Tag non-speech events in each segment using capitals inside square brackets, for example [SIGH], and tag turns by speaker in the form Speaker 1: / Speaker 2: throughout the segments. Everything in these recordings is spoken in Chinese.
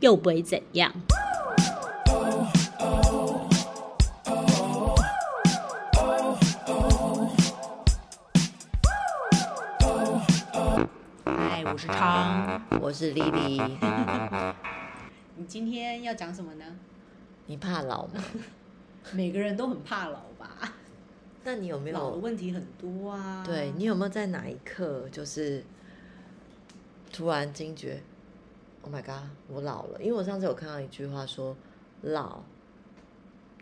Speaker 1: 又不会怎样。
Speaker 2: 嗨，哎我是昌。
Speaker 3: [LAUGHS] 我是 Lily，
Speaker 2: 你今天要讲什么呢？
Speaker 3: 你怕老吗？
Speaker 2: 每个人都很怕老吧？
Speaker 3: 那你有没
Speaker 2: 老的
Speaker 3: 有？
Speaker 2: 问题很多啊。
Speaker 3: 对你有没有在哪一刻就是突然惊觉？Oh my god，我老了！因为我上次有看到一句话说，老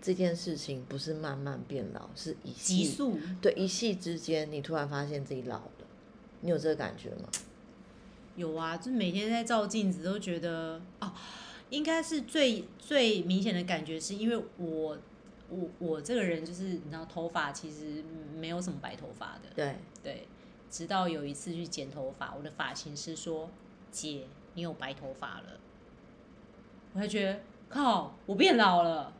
Speaker 3: 这件事情不是慢慢变老，是一夕
Speaker 2: 急。速，
Speaker 3: 对，一夕之间，你突然发现自己老了，你有这个感觉吗？
Speaker 2: 有啊，就每天在照镜子都觉得哦，应该是最最明显的感觉，是因为我我我这个人就是你知道，头发其实没有什么白头发的，
Speaker 3: 对，
Speaker 2: 对。直到有一次去剪头发，我的发型师说：“姐，你有白头发了。”我才觉得靠，我变老了。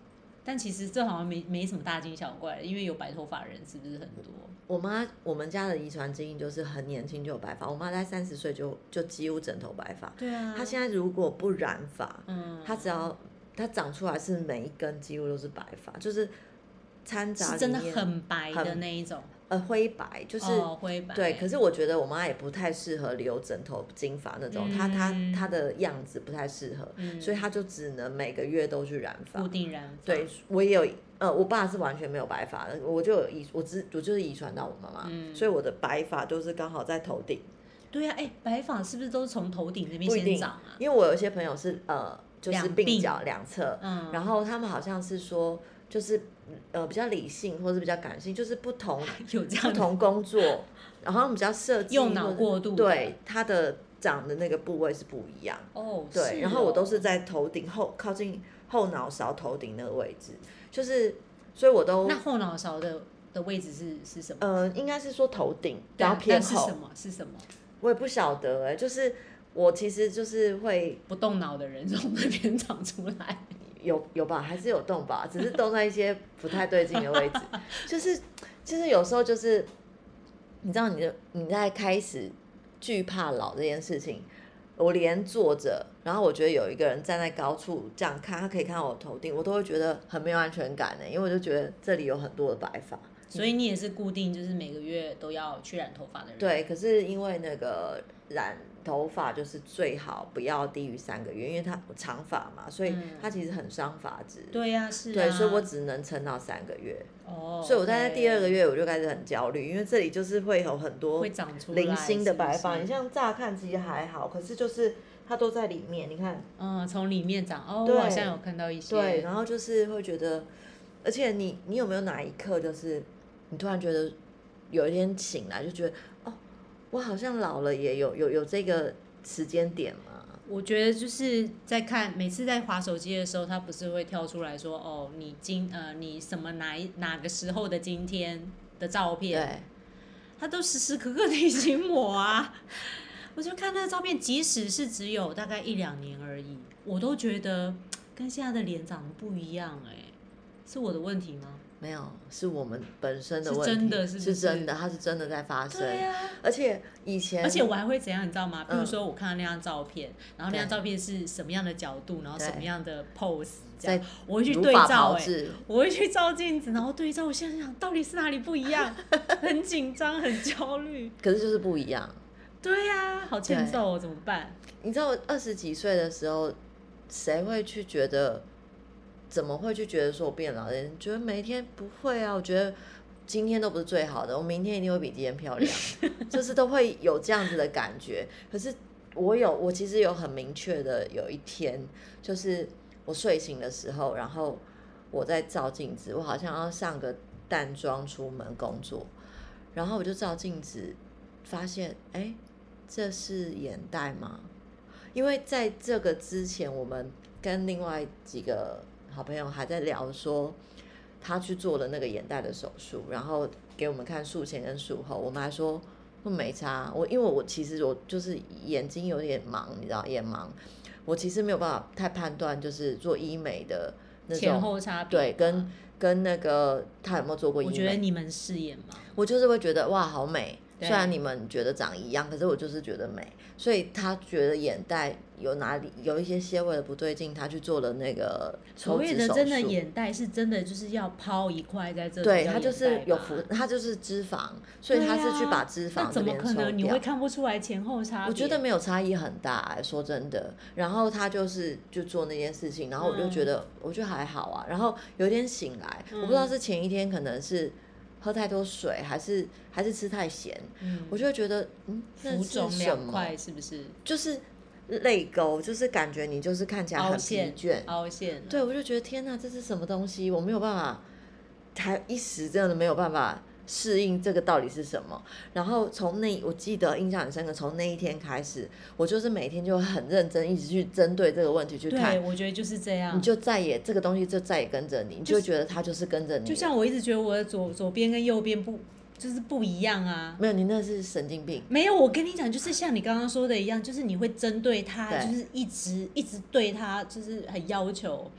Speaker 2: 但其实这好像没没什么大惊小怪，因为有白头发的人是不是很多？
Speaker 3: 我妈我们家的遗传基因就是很年轻就有白发，我妈在三十岁就就几乎整头白发。
Speaker 2: 对啊
Speaker 3: 她现在如果不染发，
Speaker 2: 嗯，
Speaker 3: 它只要它长出来是每一根几乎都是白发，就是掺杂
Speaker 2: 是
Speaker 3: 里
Speaker 2: 真的
Speaker 3: 面
Speaker 2: 很白的
Speaker 3: 很
Speaker 2: 那一种，
Speaker 3: 呃灰白，就是、
Speaker 2: 哦、灰白。
Speaker 3: 对。可是我觉得我妈也不太适合留整头金发那种，她她她的样子不太适合，
Speaker 2: 嗯
Speaker 3: 所以她就只能每个月都去染发
Speaker 2: 固。定染发，
Speaker 3: 对，我也有呃，我爸是完全没有白发的，我就有遗我只我就是遗传到我妈妈，
Speaker 2: 嗯
Speaker 3: 所以我的白发都是刚好在头顶，
Speaker 2: 对啊，哎，白发是不是都是从头顶这边
Speaker 3: 不一
Speaker 2: 先
Speaker 3: 定
Speaker 2: 长啊？
Speaker 3: 因为我有一些朋友是呃就是
Speaker 2: 两
Speaker 3: 鬓
Speaker 2: 鬓
Speaker 3: 角两侧，
Speaker 2: 嗯，
Speaker 3: 然后他们好像是说，就是呃比较理性或是比较感性，就是不
Speaker 2: [LAUGHS]
Speaker 3: 同
Speaker 2: 有这
Speaker 3: 不
Speaker 2: 样的
Speaker 3: 同工作，然后比较设计
Speaker 2: 用脑
Speaker 3: 或者
Speaker 2: 过度的
Speaker 3: 对他的长的那个部位是不一样。
Speaker 2: 哦，
Speaker 3: 对，
Speaker 2: 是
Speaker 3: 然后我都是
Speaker 2: 哦
Speaker 3: 在头顶后靠近后脑勺头顶那个位置，就是所以我都
Speaker 2: 那后脑勺的的位置是是什么？
Speaker 3: 呃应该是说头顶，
Speaker 2: 对
Speaker 3: 然
Speaker 2: 啊
Speaker 3: 后偏
Speaker 2: 但是
Speaker 3: 后
Speaker 2: 什，么？是什么？
Speaker 3: 我也不晓得哎、就是我其实就是会
Speaker 2: 不动脑的人从那边长出来， [LAUGHS]
Speaker 3: 有有吧，还是有动吧，只是动在一些不太对劲的位
Speaker 2: [LAUGHS]
Speaker 3: 置，就是就是有时候就是，你知道你的你在开始惧怕老这件事情，我连坐着，然后我觉得有一个人站在高处这样看，他可以看到我头顶，我都会觉得很没有安全感呢、因为我就觉得这里有很多的白发。
Speaker 2: 所以你也是固定就是每个月都要去染头发的人。，
Speaker 3: 对，可是因为那个染头发就是最好不要低于三个月，因为它长发嘛，所以
Speaker 2: 嗯
Speaker 3: 它其实很伤发质。
Speaker 2: 对呀、是啊。
Speaker 3: 对，所以我只能撑到三个月。
Speaker 2: 哦，
Speaker 3: 所以我大概
Speaker 2: OK
Speaker 3: 第二个月我就开始很焦虑，因为这里就是会有很多
Speaker 2: 会长出来
Speaker 3: 零星的白发。
Speaker 2: 是不
Speaker 3: 你
Speaker 2: 是
Speaker 3: 像乍看其实还好，可是就是它都在里面。你看，
Speaker 2: 嗯，从里面长哦，
Speaker 3: 对
Speaker 2: 我好像有看到一些。
Speaker 3: 对，然后就是会觉得，而且你你有没有哪一刻就是你突然觉得有一天醒来就觉得哦，我好像老了也有有有这个时间点嘛？
Speaker 2: 我觉得就是在看每次在划手机的时候，它不是会跳出来说哦，你今呃你什么哪一哪个时候的今天的照片，
Speaker 3: 对，
Speaker 2: 它都时时刻刻提醒我啊。 [LAUGHS] 我就看那个照片，即使是只有大概一两年而已，我都觉得嘖跟现在的脸长得不一样哎、是我的问题吗？
Speaker 3: 没有，是我们本身的
Speaker 2: 是
Speaker 3: 问题，
Speaker 2: 真的是不
Speaker 3: 是
Speaker 2: 是
Speaker 3: 真的，它是真的在发生。
Speaker 2: 对呀、
Speaker 3: 而且以前，
Speaker 2: 而且我还会怎样，你知道吗？比如
Speaker 3: 嗯
Speaker 2: 说我看到那张照片，然后那张照片是什么样的角度，然后
Speaker 3: 对
Speaker 2: 什么样的 pose，这
Speaker 3: 在
Speaker 2: 样我会去
Speaker 3: 如
Speaker 2: 对
Speaker 3: 法
Speaker 2: 照、
Speaker 3: 炮
Speaker 2: 哎，
Speaker 3: 制。
Speaker 2: 我会去照镜子，然后对照。我现在想到底是哪里不一
Speaker 3: [LAUGHS]
Speaker 2: 样，很紧张，很焦虑。
Speaker 3: 可是就是不一样。
Speaker 2: 对呀、好欠
Speaker 3: 对
Speaker 2: 揍哦，怎么办？
Speaker 3: 你知道我二十几岁的时候，谁会去觉得，怎么会去觉得说我变老人？觉得每一天不会啊，我觉得今天都不是最好的，我明天一定会比今天
Speaker 2: [LAUGHS]
Speaker 3: 漂亮，就是都会有这样子的感觉。可是我有，我其实有很明确的有一天，就是我睡醒的时候，然后我在照镜子，我好像要上个淡妆出门工作，然后我就照镜子，发现哎。诶这是眼袋吗？因为在这个之前，我们跟另外几个好朋友还在聊说，他去做了那个眼袋的手术，然后给我们看术前跟术后，我们还说我没差。啊我因为我其实我就是眼睛有点盲，你知道眼盲，我其实没有办法太判断，就是做医美的那
Speaker 2: 前
Speaker 3: 种
Speaker 2: 后差别
Speaker 3: 对
Speaker 2: 嘛。
Speaker 3: 跟跟那个他有没有做过医
Speaker 2: 我
Speaker 3: 美？
Speaker 2: 觉得你们饰演嘛，
Speaker 3: 我就是会觉得哇，好美。
Speaker 2: 对
Speaker 3: 虽然你们觉得长一样，可是我就是觉得美，所以他觉得眼袋有哪里有一些些微的不对劲，他去做了那个
Speaker 2: 所
Speaker 3: 抽
Speaker 2: 谓
Speaker 3: 脂
Speaker 2: 的
Speaker 3: 手术。
Speaker 2: 真的眼袋是真的就是要抛一块在这里，
Speaker 3: 对，
Speaker 2: 叫
Speaker 3: 他就
Speaker 2: 眼
Speaker 3: 是
Speaker 2: 袋
Speaker 3: 有
Speaker 2: 吧
Speaker 3: 浮，他就是脂肪，所以
Speaker 2: 对
Speaker 3: 他是去
Speaker 2: 啊
Speaker 3: 把脂肪
Speaker 2: 那
Speaker 3: 这
Speaker 2: 怎么
Speaker 3: 边
Speaker 2: 可
Speaker 3: 抽
Speaker 2: 能你
Speaker 3: 掉
Speaker 2: 会。看不出来前后差别？
Speaker 3: 我觉得没有差异很大、欸，说真的。然后他就是就做那件事情，然后我就觉得、我觉得还好啊。然后有一天醒来，我不知道
Speaker 2: 嗯嗯
Speaker 3: 是前一天可能是喝太多水，还是还是吃太咸，
Speaker 2: 嗯，
Speaker 3: 我就会觉得嗯，那
Speaker 2: 浮
Speaker 3: 是
Speaker 2: 肿
Speaker 3: 什
Speaker 2: 两
Speaker 3: 么？
Speaker 2: 块是不是
Speaker 3: 就是泪沟，就是感觉你就是看起来
Speaker 2: 凹
Speaker 3: 很疲
Speaker 2: 陷
Speaker 3: 倦。
Speaker 2: 凹陷了？
Speaker 3: 对，我就觉得天哪，这是什么东西？我没有办法，还一时真的没有办法适应这个到底是什么。然后从那我记得印象很深刻，从那一天开始，我就是每天就很认真，一直去针对这个问题去
Speaker 2: 对，
Speaker 3: 看。
Speaker 2: 我觉得就是这样。
Speaker 3: 你就再也这个东西就再也跟着你，你就会
Speaker 2: 是
Speaker 3: 觉得它就是跟着你了。
Speaker 2: 就像我一直觉得我的左左边跟右边不就是不一样啊。
Speaker 3: 没有你那是神经病，
Speaker 2: 没有，我跟你讲，就是像你刚刚说的一样，就是你会针对他，
Speaker 3: 对
Speaker 2: 就是一直一直对他，就是很要求，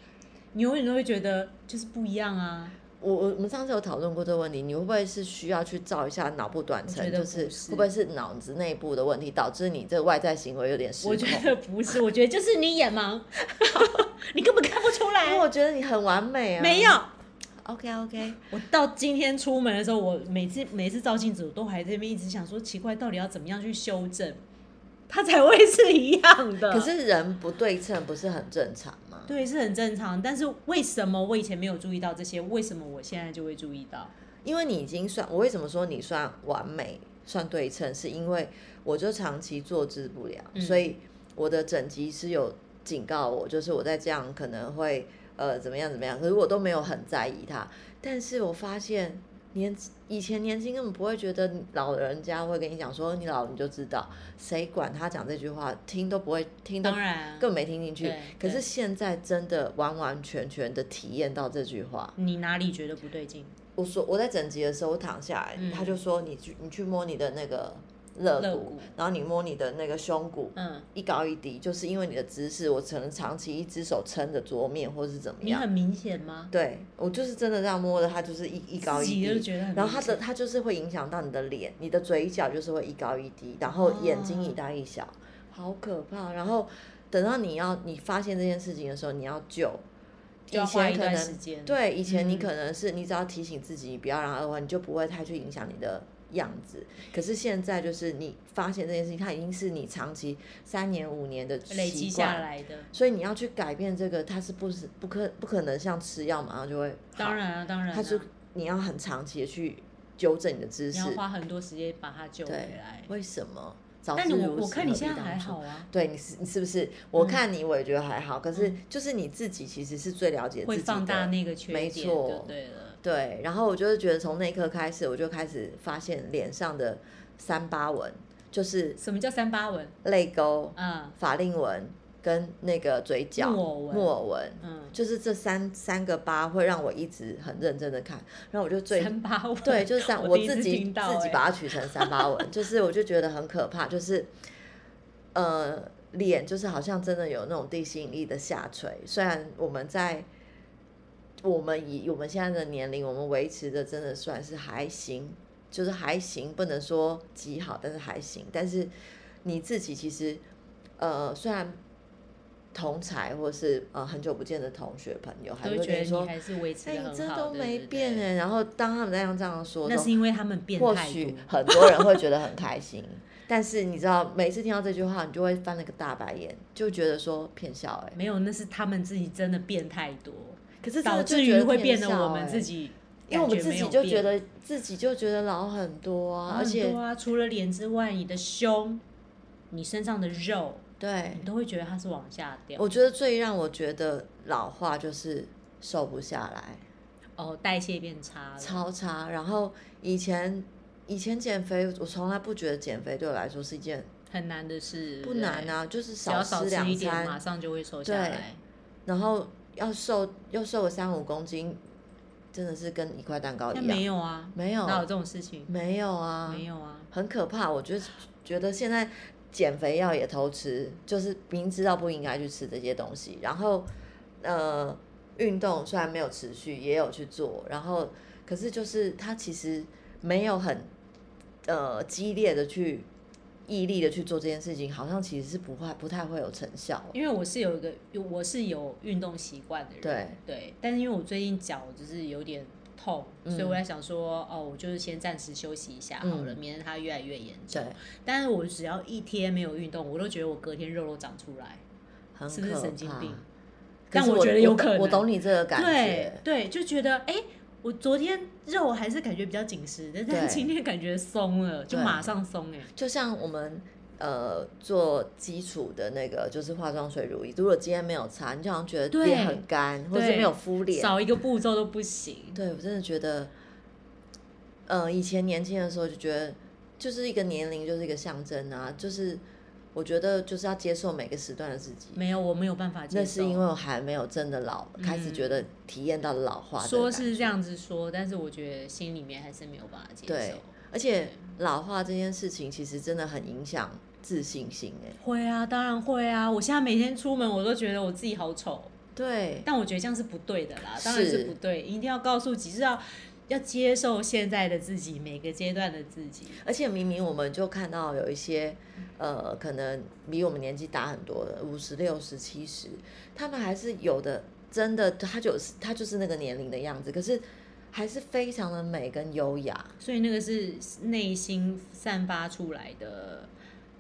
Speaker 2: 你永远都会觉得就是不一样啊。
Speaker 3: 我我我们上次有讨论过这个问题，你会不会是需要去照一下脑部短
Speaker 2: 我觉
Speaker 3: 程，
Speaker 2: 得
Speaker 3: 就
Speaker 2: 不
Speaker 3: 是
Speaker 2: 是
Speaker 3: 会不会是脑子内部的问题导致你这外在行为有点失控？
Speaker 2: 我觉得不是，我觉得就是你眼
Speaker 3: [LAUGHS]
Speaker 2: 盲，你根本看不出
Speaker 3: 因为我
Speaker 2: 来。
Speaker 3: 觉得你很完美啊。
Speaker 2: 没有，
Speaker 3: ，OK OK，
Speaker 2: 我到今天出门的时候，我每次每次照镜子，我都还在那边一直想说，奇怪，到底要怎么样去修正，它才会是一样
Speaker 3: [LAUGHS]
Speaker 2: 的。
Speaker 3: 可是人不对称不是很正常吗？
Speaker 2: 对，是很正常。但是为什么我以前没有注意到这些？为什么我现在就会注意到？
Speaker 3: 因为你已经算，我为什么说你算完美、算对称，是因为我就长期坐姿不良，
Speaker 2: 嗯
Speaker 3: 所以我的整脊师有警告我，就是我在这样可能会呃怎么样怎么样，可是我都没有很在意它。但是我发现年以前年轻根本不会觉得老人家会跟你讲说你老了你就知道，谁管他讲这句话，听都不会听都
Speaker 2: 当然，
Speaker 3: 更没听进去
Speaker 2: 对。
Speaker 3: 可
Speaker 2: 对
Speaker 3: 是现在真的完完全全的体验到这句话。
Speaker 2: 你哪里觉得不对劲？
Speaker 3: 我说我在整集的时候，我躺下来，
Speaker 2: 嗯
Speaker 3: 他就说你去你去摸你的那个肋
Speaker 2: 肋
Speaker 3: 骨
Speaker 2: 骨，
Speaker 3: 然后你摸你的那个胸骨，
Speaker 2: 嗯，
Speaker 3: 一高一低，就是因为你的姿势，我可能长期一只手撑着桌面或是怎么
Speaker 2: 你
Speaker 3: 样
Speaker 2: 很。明显吗？
Speaker 3: 对我就是真的这样摸的，它就是一一高
Speaker 2: 自己就
Speaker 3: 一低，
Speaker 2: 觉得很明显。
Speaker 3: 然后它的它就是会影响到你的脸，你的嘴角就是会一高一低，然
Speaker 2: 哦
Speaker 3: 后眼睛一大一小，好可怕。然后等到你要你发现这件事情的时候，你要救，
Speaker 2: 就要
Speaker 3: 以
Speaker 2: 花一
Speaker 3: 前可
Speaker 2: 段
Speaker 3: 能
Speaker 2: 时间。，
Speaker 3: 对，以前你
Speaker 2: 嗯
Speaker 3: 可能是你只要提醒自己不要让它恶化，你就不会太去影响你的样子。可是现在就是你发现这件事情，它已经是你长期三年五年的
Speaker 2: 累积
Speaker 3: 习
Speaker 2: 下
Speaker 3: 惯，
Speaker 2: 来的。
Speaker 3: 所以你要去改变这个，它是不是不可不可能像吃药马上就会好，
Speaker 2: 当然啊，当然、啊。
Speaker 3: 它是你要很长期的去纠正你的姿
Speaker 2: 你
Speaker 3: 势
Speaker 2: 要。花很多时间把它救回
Speaker 3: 对
Speaker 2: 来，。
Speaker 3: 为什么？早
Speaker 2: 但你
Speaker 3: 知
Speaker 2: 我我
Speaker 3: 如此
Speaker 2: 看你
Speaker 3: 何必
Speaker 2: 现在
Speaker 3: 当
Speaker 2: 还
Speaker 3: 初
Speaker 2: 好啊，
Speaker 3: 对你是你是不是？我
Speaker 2: 嗯
Speaker 3: 看你我也觉得还好，可是
Speaker 2: 嗯
Speaker 3: 就是你自己其实是最了解自
Speaker 2: 会
Speaker 3: 己的，
Speaker 2: 放大那个缺
Speaker 3: 没
Speaker 2: 点就
Speaker 3: 错
Speaker 2: 对了。
Speaker 3: 对，然后我就是觉得从那一刻开始，我就开始发现脸上的三八纹，就是
Speaker 2: 什么叫三八纹？
Speaker 3: 泪沟、
Speaker 2: 啊，
Speaker 3: 法令纹跟那个嘴角
Speaker 2: 木偶纹
Speaker 3: 木偶纹，
Speaker 2: 嗯，
Speaker 3: 就是这三三个疤会让我一直很认真的看，然后我就最
Speaker 2: 三八纹。
Speaker 3: 对，就是三
Speaker 2: 我
Speaker 3: 我
Speaker 2: 第一
Speaker 3: 自
Speaker 2: 次
Speaker 3: 己
Speaker 2: 听到
Speaker 3: 自己
Speaker 2: 欸
Speaker 3: 把它取成三八纹，就是我就觉得很可怕，就是呃脸就是好像真的有那种地心引力的下垂，虽然我们在我们以我们现在的年龄，我们维持的真的算是还行，就是还行，不能说极好，但是还行，但是你自己其实呃虽然。同才或是呃很久不见的同学朋友，还
Speaker 2: 都会
Speaker 3: 会跟
Speaker 2: 觉
Speaker 3: 你
Speaker 2: 得
Speaker 3: 说
Speaker 2: 你，还是维持
Speaker 3: 哎、
Speaker 2: 的
Speaker 3: 你
Speaker 2: 很
Speaker 3: 这
Speaker 2: 好，
Speaker 3: 都
Speaker 2: 对
Speaker 3: 没
Speaker 2: 对
Speaker 3: 变
Speaker 2: 对
Speaker 3: 哎、然后当他们那样这样说
Speaker 2: 那
Speaker 3: 的时
Speaker 2: 是
Speaker 3: 候，
Speaker 2: 因为他们变
Speaker 3: 或
Speaker 2: 态
Speaker 3: 许
Speaker 2: 多
Speaker 3: 很多人会觉得很
Speaker 2: [LAUGHS]
Speaker 3: 开心，但是你知道，每次听到这句话，你就会翻了个大白眼，就觉得说骗笑哎、
Speaker 2: 没有，那是他们自己真的变太多，
Speaker 3: 可是真
Speaker 2: 导
Speaker 3: 的就
Speaker 2: 致
Speaker 3: 觉
Speaker 2: 于
Speaker 3: 得
Speaker 2: 会
Speaker 3: 骗
Speaker 2: 变得
Speaker 3: 笑
Speaker 2: 我们
Speaker 3: 欸
Speaker 2: 自，己
Speaker 3: 因为我们自己就
Speaker 2: 感没
Speaker 3: 觉
Speaker 2: 有变
Speaker 3: 得自己就觉得老很多啊，
Speaker 2: 啊
Speaker 3: 而且
Speaker 2: 很多啊，除了脸之外，你的胸、你身上的肉，
Speaker 3: 对
Speaker 2: 你，都会觉得它是往下掉。
Speaker 3: 我觉得最让我觉得老化就是瘦不下来。
Speaker 2: 哦，代谢变差了，
Speaker 3: 超差。然后以前以前减肥，我从来不觉得减肥对我来说是一件
Speaker 2: 很难的是
Speaker 3: 不难，啊，就是
Speaker 2: 对不对只要少
Speaker 3: 吃
Speaker 2: 吃一
Speaker 3: 两
Speaker 2: 点，马
Speaker 3: 餐，
Speaker 2: 上就会瘦下来。
Speaker 3: 然后要瘦又瘦个三五公斤，真的是跟一块蛋糕
Speaker 2: 但
Speaker 3: 一样
Speaker 2: 没。有啊，
Speaker 3: 哦没有，
Speaker 2: 哪有这种事情？
Speaker 3: 没有啊，
Speaker 2: 没有啊，
Speaker 3: 很可怕。我觉得觉得现在减肥药也偷吃，就是明知道不应该去吃这些东西。然后，呃，运动虽然没有持续，也有去做，然后可是就是它其实没有很呃激烈的去毅力的去做这件事情，好像其实是不会不太会有成效。
Speaker 2: 因为我是有一个，我是有运动习惯的人，
Speaker 3: 对
Speaker 2: 但是因为我最近脚就是有点痛，所以
Speaker 3: 嗯
Speaker 2: 我在想说，哦，我就是先暂时休息一下好了，免得它越来越严重。
Speaker 3: 对，
Speaker 2: 但是我只要一天没有运动，我都觉得我隔天肉都长出来，
Speaker 3: 很
Speaker 2: 是不是
Speaker 3: 可
Speaker 2: 神经
Speaker 3: 怕
Speaker 2: 病？
Speaker 3: 可
Speaker 2: 但
Speaker 3: 是
Speaker 2: 我
Speaker 3: 我
Speaker 2: 觉得有
Speaker 3: 我懂
Speaker 2: 可能
Speaker 3: 我懂你这个感
Speaker 2: 对
Speaker 3: 觉，
Speaker 2: 对，就觉得哎、诶我昨天肉还是感觉比较紧实的，但
Speaker 3: 对
Speaker 2: 今天感觉松了，就
Speaker 3: 对
Speaker 2: 马上松哎、
Speaker 3: 就像我们。呃，做基础的那个就是化妆水、乳液。如果今天没有擦，你就好像觉得
Speaker 2: 对
Speaker 3: 脸很干，或者是
Speaker 2: 对
Speaker 3: 没有敷脸，
Speaker 2: 少一个步骤都不行。
Speaker 3: 对，我真的觉得，呃，以前年轻的时候就觉得，就是一个年龄就是一个象征啊，就是我觉得就是要接受每个时段的自己。
Speaker 2: 没有，我没有办法接受。嗯
Speaker 3: 那是因为我还没有真的老，开始觉得体验到老化的
Speaker 2: 说
Speaker 3: 感
Speaker 2: 是
Speaker 3: 觉
Speaker 2: 这样子说，但是我觉得心里面还是没有办法接
Speaker 3: 对
Speaker 2: 受。，
Speaker 3: 而且老化这件事情其实真的很影响自信心哎、
Speaker 2: 会啊，当然会啊！我现在每天出门，我都觉得我自己好丑，
Speaker 3: 对，
Speaker 2: 但我觉得这样是不对的啦，当然是
Speaker 3: 是
Speaker 2: 不对，一定要告诉己，是要要接受现在的自己，每个阶段的自己。
Speaker 3: 而且明明我们就看到有一些，呃，可能比我们年纪大很多的，五十六、十七十，他们还是有的，真的，他就是他就是那个年龄的样子，可是还是非常的美跟优雅。
Speaker 2: 所以那个是内心散发出来的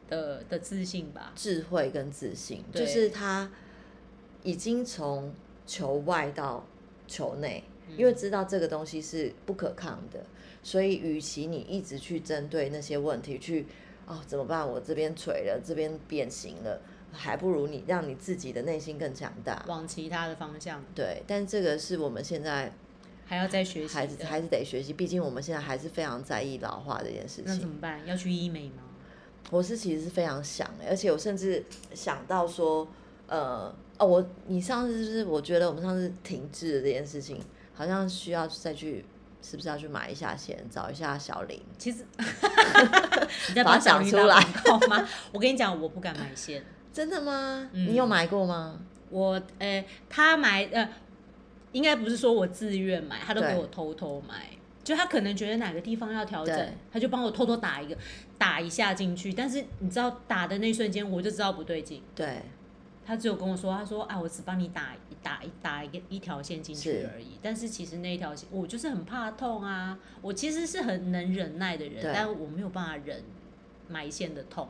Speaker 2: 的的自信吧。
Speaker 3: 智慧跟自信，
Speaker 2: 对
Speaker 3: 就是他已经从求外到求内，
Speaker 2: 嗯
Speaker 3: 因为知道这个东西是不可抗的，所以与其你一直去针对那些问题去哦怎么办，我这边垂了，这边变形了，还不如你让你自己的内心更强大。
Speaker 2: 往其他的方向
Speaker 3: 对，但这个是我们现在
Speaker 2: 还要再学习
Speaker 3: 还是
Speaker 2: 的
Speaker 3: 还是得学习，毕竟我们现在还是非常在意老化这件事
Speaker 2: 那
Speaker 3: 情
Speaker 2: 怎。么办？要去医美吗？
Speaker 3: 我是其实是非常想的，而且我甚至想到说，呃，哦，我你上次是不是？我觉得我们上次停滞的这件事情，好像需要再去，是不是要去买一下先，找一下小林？
Speaker 2: 其实你在
Speaker 3: 把它
Speaker 2: 帮小
Speaker 3: 讲
Speaker 2: 林
Speaker 3: 出
Speaker 2: 打
Speaker 3: 来
Speaker 2: 广告吗？ [LAUGHS] 我跟你讲，我不敢买线。
Speaker 3: 真的吗？
Speaker 2: 嗯
Speaker 3: 你有买过吗？
Speaker 2: 我呃，他买呃，应该不是说我自愿买，他都
Speaker 3: 对
Speaker 2: 给我偷偷买。就他可能觉得哪个地方要调整
Speaker 3: 对，
Speaker 2: 他就帮我偷偷打一个打一下进去。但是你知道打的那一瞬间，我就知道不对劲。
Speaker 3: 对，
Speaker 2: 他只有跟我说，他说啊，我只帮你打一打一打一个一条线进去
Speaker 3: 是
Speaker 2: 而已。但是其实那一条线，我就是很怕痛啊，我其实是很能忍耐的人，
Speaker 3: 对
Speaker 2: 但我没有办法忍埋线的痛。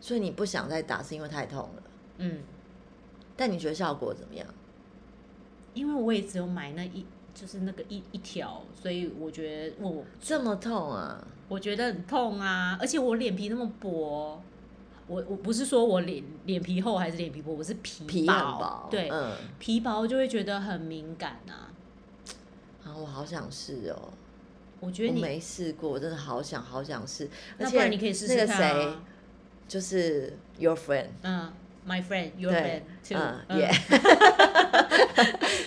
Speaker 3: 所以你不想再打是因为太痛了，
Speaker 2: 嗯，
Speaker 3: 但你觉得效果怎么样？
Speaker 2: 因为我也只有买那一，就是那个一一条，所以我觉得我
Speaker 3: 这么痛啊？
Speaker 2: 我觉得很痛啊，而且我脸皮那么薄。我我不是说我脸脸皮厚还是脸皮薄，我是皮薄，
Speaker 3: 皮很薄，
Speaker 2: 对，
Speaker 3: 嗯，
Speaker 2: 皮薄就会觉得很敏感啊。
Speaker 3: 啊，我好想试哦，
Speaker 2: 我觉
Speaker 3: 我
Speaker 2: 得你
Speaker 3: 没试过，我真的好想好想试，而
Speaker 2: 那
Speaker 3: 且
Speaker 2: 不然你可以试试
Speaker 3: 那个
Speaker 2: 看啊。
Speaker 3: 谁，就是 your friend。
Speaker 2: 嗯，my friend, your
Speaker 3: 对
Speaker 2: friend too，
Speaker 3: 嗯
Speaker 2: 嗯 [LAUGHS]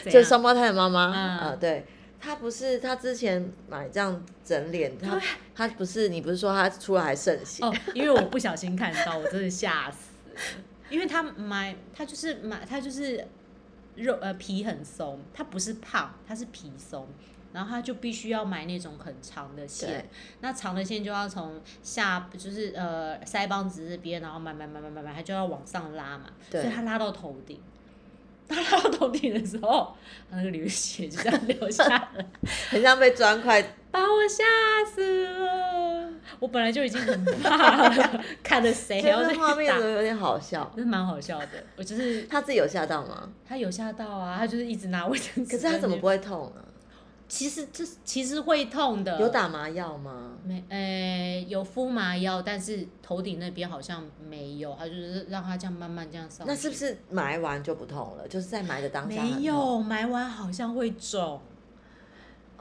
Speaker 2: 怎
Speaker 3: [LAUGHS] 就
Speaker 2: 样
Speaker 3: 双胞胎的妈妈，
Speaker 2: 嗯
Speaker 3: 啊，对，她不是她之前买这样整脸，她
Speaker 2: 对
Speaker 3: 她不是你不是说她出来还渗血？
Speaker 2: 哦，因为我不小心看到，我真的吓死了。因为他买，他就是买，他就是肉呃皮很松，他不是胖，他是皮松，然后他就必须要买那种很长的线
Speaker 3: 对，
Speaker 2: 那长的线就要从下就是呃腮帮子这边，然后买买买买买买，他就要往上拉嘛，所
Speaker 3: 对
Speaker 2: 以他拉到头顶。他拉到头顶的时候，他那个流血就这样流下来，
Speaker 3: 很像被砖块，
Speaker 2: 把我吓死了！我本来就已经
Speaker 3: [LAUGHS]
Speaker 2: 很怕了，看着谁还
Speaker 3: 觉
Speaker 2: 要
Speaker 3: 得
Speaker 2: 再
Speaker 3: 画面
Speaker 2: 哎打
Speaker 3: 怎么有点好笑？
Speaker 2: 真的蛮好笑的。我就是
Speaker 3: 她自己有吓到吗？
Speaker 2: 他有吓到啊，他就是一直拿卫生纸。
Speaker 3: 可是她怎么不？会痛啊？
Speaker 2: 其实这其实会痛的。
Speaker 3: 有打麻药吗？
Speaker 2: 没？呃，有敷麻药，但是头顶那边好像没有，他就是让他这样慢慢这样上去。
Speaker 3: 那是不是埋完就不痛了？就是在埋的当下很痛
Speaker 2: 没有埋完好像会肿？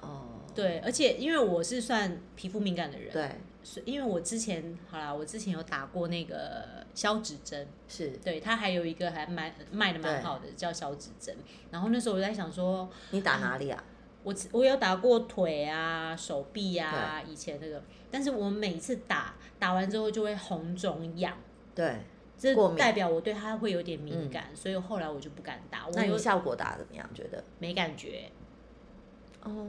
Speaker 3: 哦，
Speaker 2: 对，而且因为我是算皮肤敏感的人，，
Speaker 3: 对
Speaker 2: 所以因为我之前好啦，我之前有打过那个消脂针，
Speaker 3: 是
Speaker 2: 对，它还有一个还蛮卖的蛮
Speaker 3: 对
Speaker 2: 好的叫消脂针，然后那时候我在想说，
Speaker 3: 你打哪里啊？
Speaker 2: 我只我有打过腿啊、手臂啊，以前那个，但是我每次打打完之后就会红肿痒，
Speaker 3: 对，
Speaker 2: 这
Speaker 3: 过敏嗯
Speaker 2: 代表我对它会有点敏感，所以后来我就不敢打，我
Speaker 3: 那你
Speaker 2: 有
Speaker 3: 效果打得怎么样？觉得？
Speaker 2: 没感觉。
Speaker 3: 哦，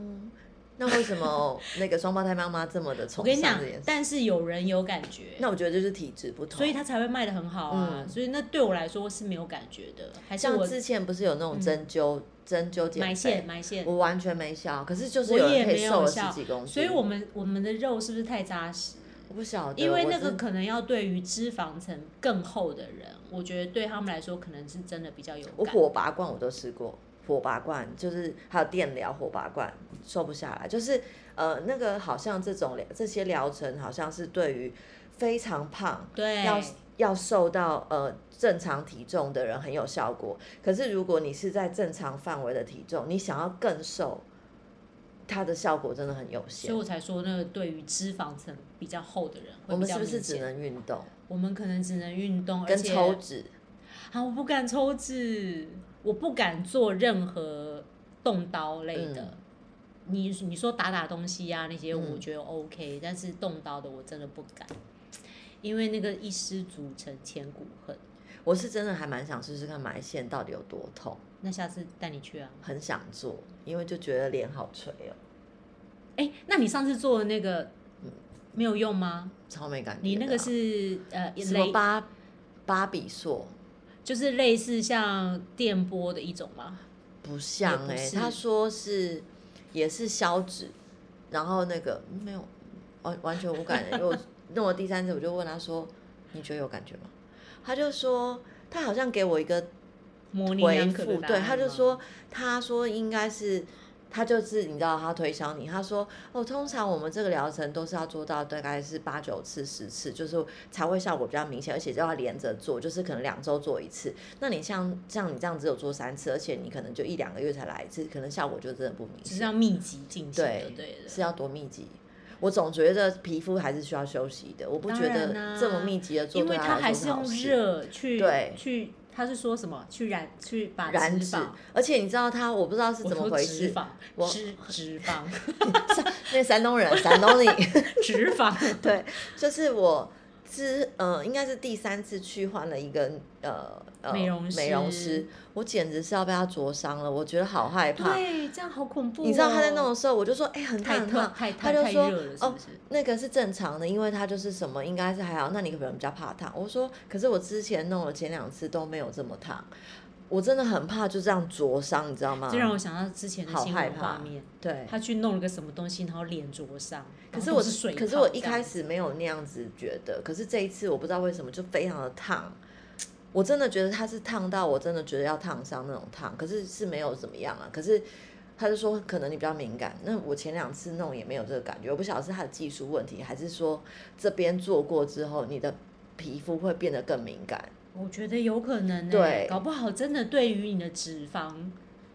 Speaker 3: 那为什
Speaker 2: [LAUGHS]
Speaker 3: 么那个双胞胎妈妈这么的
Speaker 2: 我
Speaker 3: 崇
Speaker 2: 跟你
Speaker 3: 尚
Speaker 2: 讲
Speaker 3: 这件，事？
Speaker 2: 但是有人有感觉，
Speaker 3: 那我觉得就是体质不同。
Speaker 2: 所以他才会卖的很好啊。
Speaker 3: 嗯
Speaker 2: 所以那对我来说是没有感觉的，还是
Speaker 3: 像
Speaker 2: 我嗯
Speaker 3: 之前不是有那种针灸、针灸减
Speaker 2: 埋
Speaker 3: 肥
Speaker 2: 线埋线，
Speaker 3: 我完全没效，可是就是
Speaker 2: 我
Speaker 3: 有
Speaker 2: 也
Speaker 3: 人可
Speaker 2: 没
Speaker 3: 以瘦
Speaker 2: 有
Speaker 3: 了十
Speaker 2: 效
Speaker 3: 几公斤，
Speaker 2: 所以我们我们的肉是不是太扎实？
Speaker 3: 我不晓得，
Speaker 2: 因为
Speaker 3: 我
Speaker 2: 那个
Speaker 3: 真
Speaker 2: 可能要对于脂肪层更厚的人，我觉得对他们来说可能是真的比较有
Speaker 3: 我
Speaker 2: 感。
Speaker 3: 火拔罐我都试过，火拔罐就是还有电疗火拔罐瘦不下来，就是呃那个好像这种疗这些疗程好像是对于非常胖
Speaker 2: 对，
Speaker 3: 要要瘦到呃正常体重的人很有效果，可是如果你是在正常范围的体重，你想要更瘦，它的效果真的很有
Speaker 2: 所以
Speaker 3: 限。
Speaker 2: 我才说那个对于脂肪层比较厚的人会
Speaker 3: 我
Speaker 2: 比
Speaker 3: 们
Speaker 2: 较
Speaker 3: 是不是
Speaker 2: 明
Speaker 3: 只
Speaker 2: 显。
Speaker 3: 能运动
Speaker 2: 我们可能只能运动，而
Speaker 3: 跟
Speaker 2: 且
Speaker 3: 抽脂？
Speaker 2: 啊，我不敢抽脂，我不敢做任何动刀类的。
Speaker 3: 嗯
Speaker 2: 你你说打打东西呀、啊那些，
Speaker 3: 嗯
Speaker 2: 我觉得 OK，、但是动刀的我真的不敢，因为那个一失足成千古恨。
Speaker 3: 我是真的还蛮想试试看埋线到底有多痛，
Speaker 2: 那下次带你去啊。
Speaker 3: 很想做，因为就觉得脸好垂哦，
Speaker 2: 哎、那你上次做的那个没有用吗？
Speaker 3: 超没感觉的啊、
Speaker 2: 你那个是呃
Speaker 3: 什么
Speaker 2: 类，
Speaker 3: 芭芭比硕？
Speaker 2: 就是类似像电波的一种吗？
Speaker 3: 不像
Speaker 2: 也
Speaker 3: 哎、
Speaker 2: 不是
Speaker 3: 他说是也是消脂，然后那个嗯没有完完全无感 [LAUGHS] 的，因为我弄了第三次，我就问他说：“你觉得有感觉吗？”他就说他好像给我一个
Speaker 2: 模棱
Speaker 3: 回
Speaker 2: 两可的
Speaker 3: 复，
Speaker 2: 答
Speaker 3: 对，
Speaker 2: 案
Speaker 3: 他就
Speaker 2: 吗
Speaker 3: 说，他说应该是，他就是你知道他推销你，他说哦，通常我们这个疗程都是要做到大概是八九次、十次，就是才会效果比较明显，而且就要连着做，就是可能两周做一次。那你像像你这样只有做三次，而且你可能就一两个月才来一次，可能效果就真的不明
Speaker 2: 只是啊
Speaker 3: 显，
Speaker 2: 要密集进行就
Speaker 3: 对
Speaker 2: 对了。
Speaker 3: 是要多密集。我总觉得皮肤还是需要休息的，我不
Speaker 2: 当
Speaker 3: 觉得
Speaker 2: 然啊
Speaker 3: 这么密集的做
Speaker 2: 因为
Speaker 3: 对
Speaker 2: 它
Speaker 3: 他来
Speaker 2: 还
Speaker 3: 说
Speaker 2: 是
Speaker 3: 好
Speaker 2: 用
Speaker 3: 事
Speaker 2: 热去
Speaker 3: 对
Speaker 2: 去，他是说什么去燃去把
Speaker 3: 燃
Speaker 2: 脂
Speaker 3: 脂
Speaker 2: 肪，，
Speaker 3: 而且你知道他，我不知道是
Speaker 2: 我
Speaker 3: 怎么
Speaker 2: 说
Speaker 3: 回
Speaker 2: 脂
Speaker 3: 事，
Speaker 2: 肪
Speaker 3: 我
Speaker 2: 脂脂肪
Speaker 3: 那山东人，山东你， [LAUGHS]
Speaker 2: 脂肪，
Speaker 3: 对，就是我之呃，应该是第三次去换了一个呃呃
Speaker 2: 美容
Speaker 3: 美容
Speaker 2: 师
Speaker 3: 师，我简直是要被他灼伤了，我觉得好害怕。
Speaker 2: 对，这样好恐怖哦。
Speaker 3: 你知道他在弄的时候，我就说，哎、很烫
Speaker 2: 太
Speaker 3: 很
Speaker 2: 烫
Speaker 3: 烫，
Speaker 2: 太
Speaker 3: 他
Speaker 2: 烫
Speaker 3: 就
Speaker 2: 太
Speaker 3: 说
Speaker 2: 热了，是
Speaker 3: 哦
Speaker 2: 不，是？
Speaker 3: 那个是正常的，因为他就是什么应该是还好，那你可能比较怕烫。我说，可是我之前弄了前两次都没有这么烫，我真的很怕就这样灼伤，你知道吗
Speaker 2: 这？让我想到之前的
Speaker 3: 好
Speaker 2: 新
Speaker 3: 害
Speaker 2: 闻画
Speaker 3: 怕
Speaker 2: 面，
Speaker 3: 对。
Speaker 2: 他去弄了个什么东西，然后脸灼伤，
Speaker 3: 可
Speaker 2: 然
Speaker 3: 是
Speaker 2: 后
Speaker 3: 我
Speaker 2: 都是水泡这
Speaker 3: 可
Speaker 2: 样
Speaker 3: 是
Speaker 2: 子，
Speaker 3: 我一开始没有那样子觉得，可是这一次我不知道为什么就非常的烫，我真的觉得它是烫到我真的觉得要烫伤那种烫，可是是没有怎么样啊。可是他就说可能你比较敏感，那我前两次弄也没有这个感觉，我不晓得是他的技术问题，还是说这边做过之后你的皮肤会变得更敏感。
Speaker 2: 我觉得有可能、欸，
Speaker 3: 对
Speaker 2: 搞不好真的对于你的脂肪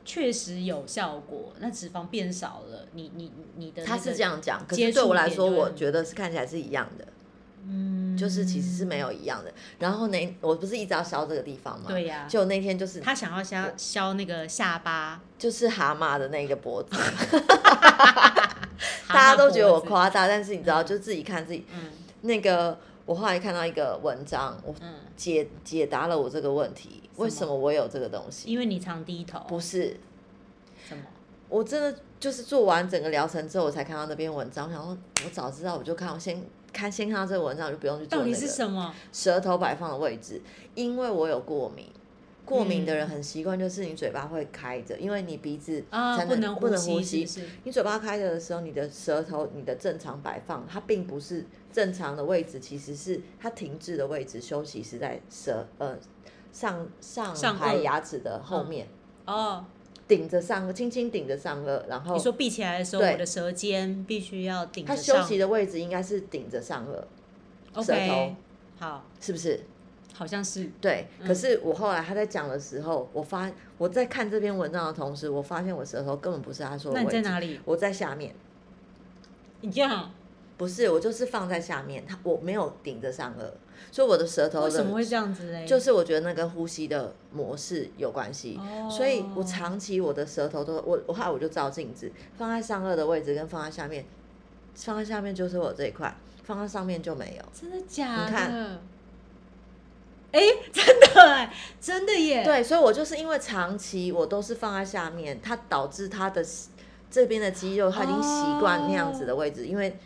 Speaker 2: 确实有效果，那脂肪变少了，你你你的、那
Speaker 3: 他
Speaker 2: 个、
Speaker 3: 是这，样讲，可
Speaker 2: 接
Speaker 3: 是
Speaker 2: 触
Speaker 3: 对我来
Speaker 2: 点
Speaker 3: 说，
Speaker 2: 就会
Speaker 3: 我
Speaker 2: 很
Speaker 3: 觉得是看起来是一样的，
Speaker 2: 嗯，
Speaker 3: 就是其实是没有一样的。然后那我不是一直要消这个地方吗？
Speaker 2: 对呀、
Speaker 3: 就那天就是
Speaker 2: 他想要削削那个下巴，
Speaker 3: 就是蛤蟆的那个脖子，
Speaker 2: 蛤
Speaker 3: 大
Speaker 2: 蟆
Speaker 3: 家都觉得我
Speaker 2: 脖子，
Speaker 3: 夸大，但是你知道，就自己看自己
Speaker 2: 嗯
Speaker 3: 那个。我后来看到一个文章，我
Speaker 2: 嗯，
Speaker 3: 解解答了我这个问题，
Speaker 2: 么
Speaker 3: 为什么我有这个东西？
Speaker 2: 因为你常低头，
Speaker 3: 不是，
Speaker 2: 什么？
Speaker 3: 我真的就是做完整个疗程之后，我才看到那篇文章，然后我早知道我就看，我先看先看到这个文章，我就不用去做
Speaker 2: 到
Speaker 3: 那
Speaker 2: 底是
Speaker 3: 个
Speaker 2: 什么？
Speaker 3: 舌头摆放的位置，因为我有过敏。过敏的人
Speaker 2: 嗯
Speaker 3: 很习惯，就是你嘴巴会开着，因为你鼻子
Speaker 2: 啊，
Speaker 3: 才
Speaker 2: 不能
Speaker 3: 不能呼
Speaker 2: 吸是
Speaker 3: 吸，
Speaker 2: 不是？
Speaker 3: 你嘴巴开着的时候，你的舌头、你的正常摆放，它并不是正常的位置，其实是它停滞的位置，休息是在舌呃上上
Speaker 2: 上
Speaker 3: 排
Speaker 2: 颚嗯
Speaker 3: 牙齿的后面，
Speaker 2: 哦，
Speaker 3: 顶着上颚，轻轻顶着上颚，然后
Speaker 2: 你说闭起来的时候，
Speaker 3: 哦对
Speaker 2: 我的舌尖必须要顶
Speaker 3: 它
Speaker 2: 着
Speaker 3: 休
Speaker 2: 上
Speaker 3: 息的位置应该是顶着上颚，舌
Speaker 2: ，OK，
Speaker 3: 头
Speaker 2: 好，
Speaker 3: 是不是？
Speaker 2: 好像是，
Speaker 3: 对。
Speaker 2: 嗯
Speaker 3: 可是我后来他在讲的时候，我发我在看这篇文章的同时，我发现我舌头根本不是他说的
Speaker 2: 那
Speaker 3: 位
Speaker 2: 你在
Speaker 3: 置，
Speaker 2: 哪里？
Speaker 3: 我在下面。
Speaker 2: 你这样。
Speaker 3: 不是，我就是放在下面，它我没有顶着上颚，所以我的舌头
Speaker 2: 为什
Speaker 3: 的
Speaker 2: 么会这样子嘞？
Speaker 3: 就是我觉得那跟呼吸的模式有关系，
Speaker 2: 哦
Speaker 3: 所以我长期我的舌头都我我后来我就照镜子，放在上颚的位置跟放在下面，放在下面就是我这一块，放在上面就没有。
Speaker 2: 真的假的？
Speaker 3: 你看
Speaker 2: 哎、真的哎、真的耶！
Speaker 3: 对，所以我就是因为长期我都是放在下面，它导致它的这边的肌肉它已经习惯那样子
Speaker 2: 哦
Speaker 3: 的位置，因为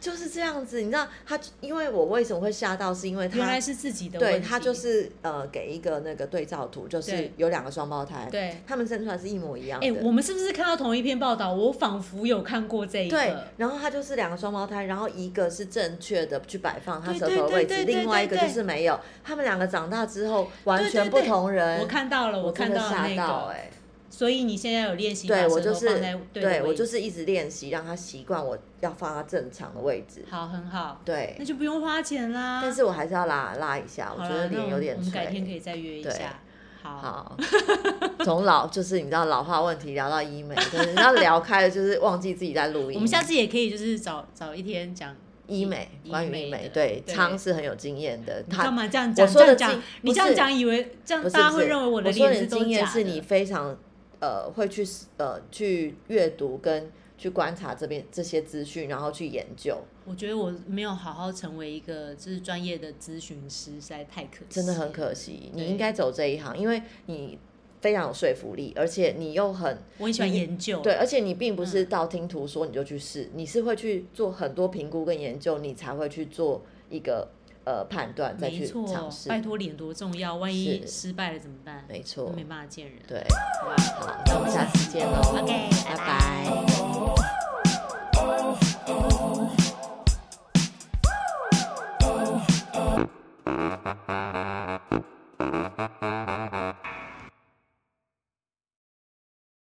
Speaker 3: 就是这样子，你知道它，因为我为什么会吓到，是因为
Speaker 2: 原来
Speaker 3: 它。
Speaker 2: 是自己的问
Speaker 3: 对，
Speaker 2: 题。
Speaker 3: 它就是呃，给一个那个对照图，就是
Speaker 2: 对
Speaker 3: 有两个双胞胎，
Speaker 2: 对
Speaker 3: 他们生出来是一模一样的。
Speaker 2: 哎、我们是不是看到同一篇报道？我仿佛有看过这一
Speaker 3: 对
Speaker 2: 个，，
Speaker 3: 然后它就是两个双胞胎，然后一个是正确的去摆放它
Speaker 2: 对
Speaker 3: 舌
Speaker 2: 对
Speaker 3: 头的
Speaker 2: 对
Speaker 3: 位
Speaker 2: 对
Speaker 3: 置，
Speaker 2: 对
Speaker 3: 另外一个
Speaker 2: 对
Speaker 3: 就
Speaker 2: 对
Speaker 3: 是没有。他们两个长大之后完
Speaker 2: 对
Speaker 3: 全
Speaker 2: 对
Speaker 3: 不
Speaker 2: 对
Speaker 3: 同人，
Speaker 2: 我看到了，我
Speaker 3: 真
Speaker 2: 看
Speaker 3: 的
Speaker 2: 到了
Speaker 3: 吓
Speaker 2: 那
Speaker 3: 到
Speaker 2: 个。
Speaker 3: 哎、
Speaker 2: 所以你现在有练习把
Speaker 3: 对我
Speaker 2: 舌
Speaker 3: 就
Speaker 2: 头
Speaker 3: 是
Speaker 2: 放在对的
Speaker 3: 对我
Speaker 2: 位置
Speaker 3: 就是一直练习，让他习惯我要放他正常的位置。
Speaker 2: 好，很好，
Speaker 3: 对
Speaker 2: 那，就不用花钱啦。
Speaker 3: 但是我还是要拉拉一下，我
Speaker 2: 好
Speaker 3: 觉
Speaker 2: 啦
Speaker 3: 得
Speaker 2: 那
Speaker 3: 脸有点
Speaker 2: 我们改天可
Speaker 3: 垂。
Speaker 2: 以再约一
Speaker 3: 对
Speaker 2: 下。好，
Speaker 3: 好， [LAUGHS] 从老就是你知道老化问题聊到医美，就是你知道聊开了就是忘记自己在录音。
Speaker 2: [LAUGHS] 我们下次也可以就是找找一天讲
Speaker 3: 医美
Speaker 2: 医
Speaker 3: 关于
Speaker 2: 美
Speaker 3: 医美，
Speaker 2: 的
Speaker 3: 对
Speaker 2: 对
Speaker 3: 昌是很有经验的，
Speaker 2: 你干
Speaker 3: 他
Speaker 2: 嘛这样
Speaker 3: 我
Speaker 2: 讲？
Speaker 3: 说
Speaker 2: 这
Speaker 3: 的
Speaker 2: 样讲，
Speaker 3: 经
Speaker 2: 你这
Speaker 3: 不
Speaker 2: 样
Speaker 3: 是
Speaker 2: 讲，以为这样
Speaker 3: 不是
Speaker 2: 大家
Speaker 3: 不
Speaker 2: 会
Speaker 3: 是
Speaker 2: 认为我的
Speaker 3: 说
Speaker 2: 脸
Speaker 3: 你
Speaker 2: 是
Speaker 3: 的
Speaker 2: 都
Speaker 3: 经验
Speaker 2: 假
Speaker 3: 是你
Speaker 2: 的。
Speaker 3: 非常呃会去呃去阅读跟去观察这边这些资讯，然后去研究。
Speaker 2: 我觉得我没有好好成为一个就是专业的咨询师，实在太可惜，
Speaker 3: 真的很可。惜。你
Speaker 2: 对
Speaker 3: 应该走这一行，因为你非常有说服力，而且你又很
Speaker 2: 我很喜欢研究，
Speaker 3: 对，而且你并不是
Speaker 2: 嗯
Speaker 3: 道听途说你就去试，你是会去做很多评估跟研究，你才会去做一个呃判断，再
Speaker 2: 没
Speaker 3: 去
Speaker 2: 错
Speaker 3: 尝，试。
Speaker 2: 拜托脸多重要，万一
Speaker 3: 是
Speaker 2: 失败了怎么办？
Speaker 3: 没错
Speaker 2: 没办法见人。
Speaker 3: 对，
Speaker 2: 好吧
Speaker 3: 好，那我们下次见喽
Speaker 2: OK，拜
Speaker 3: 拜拜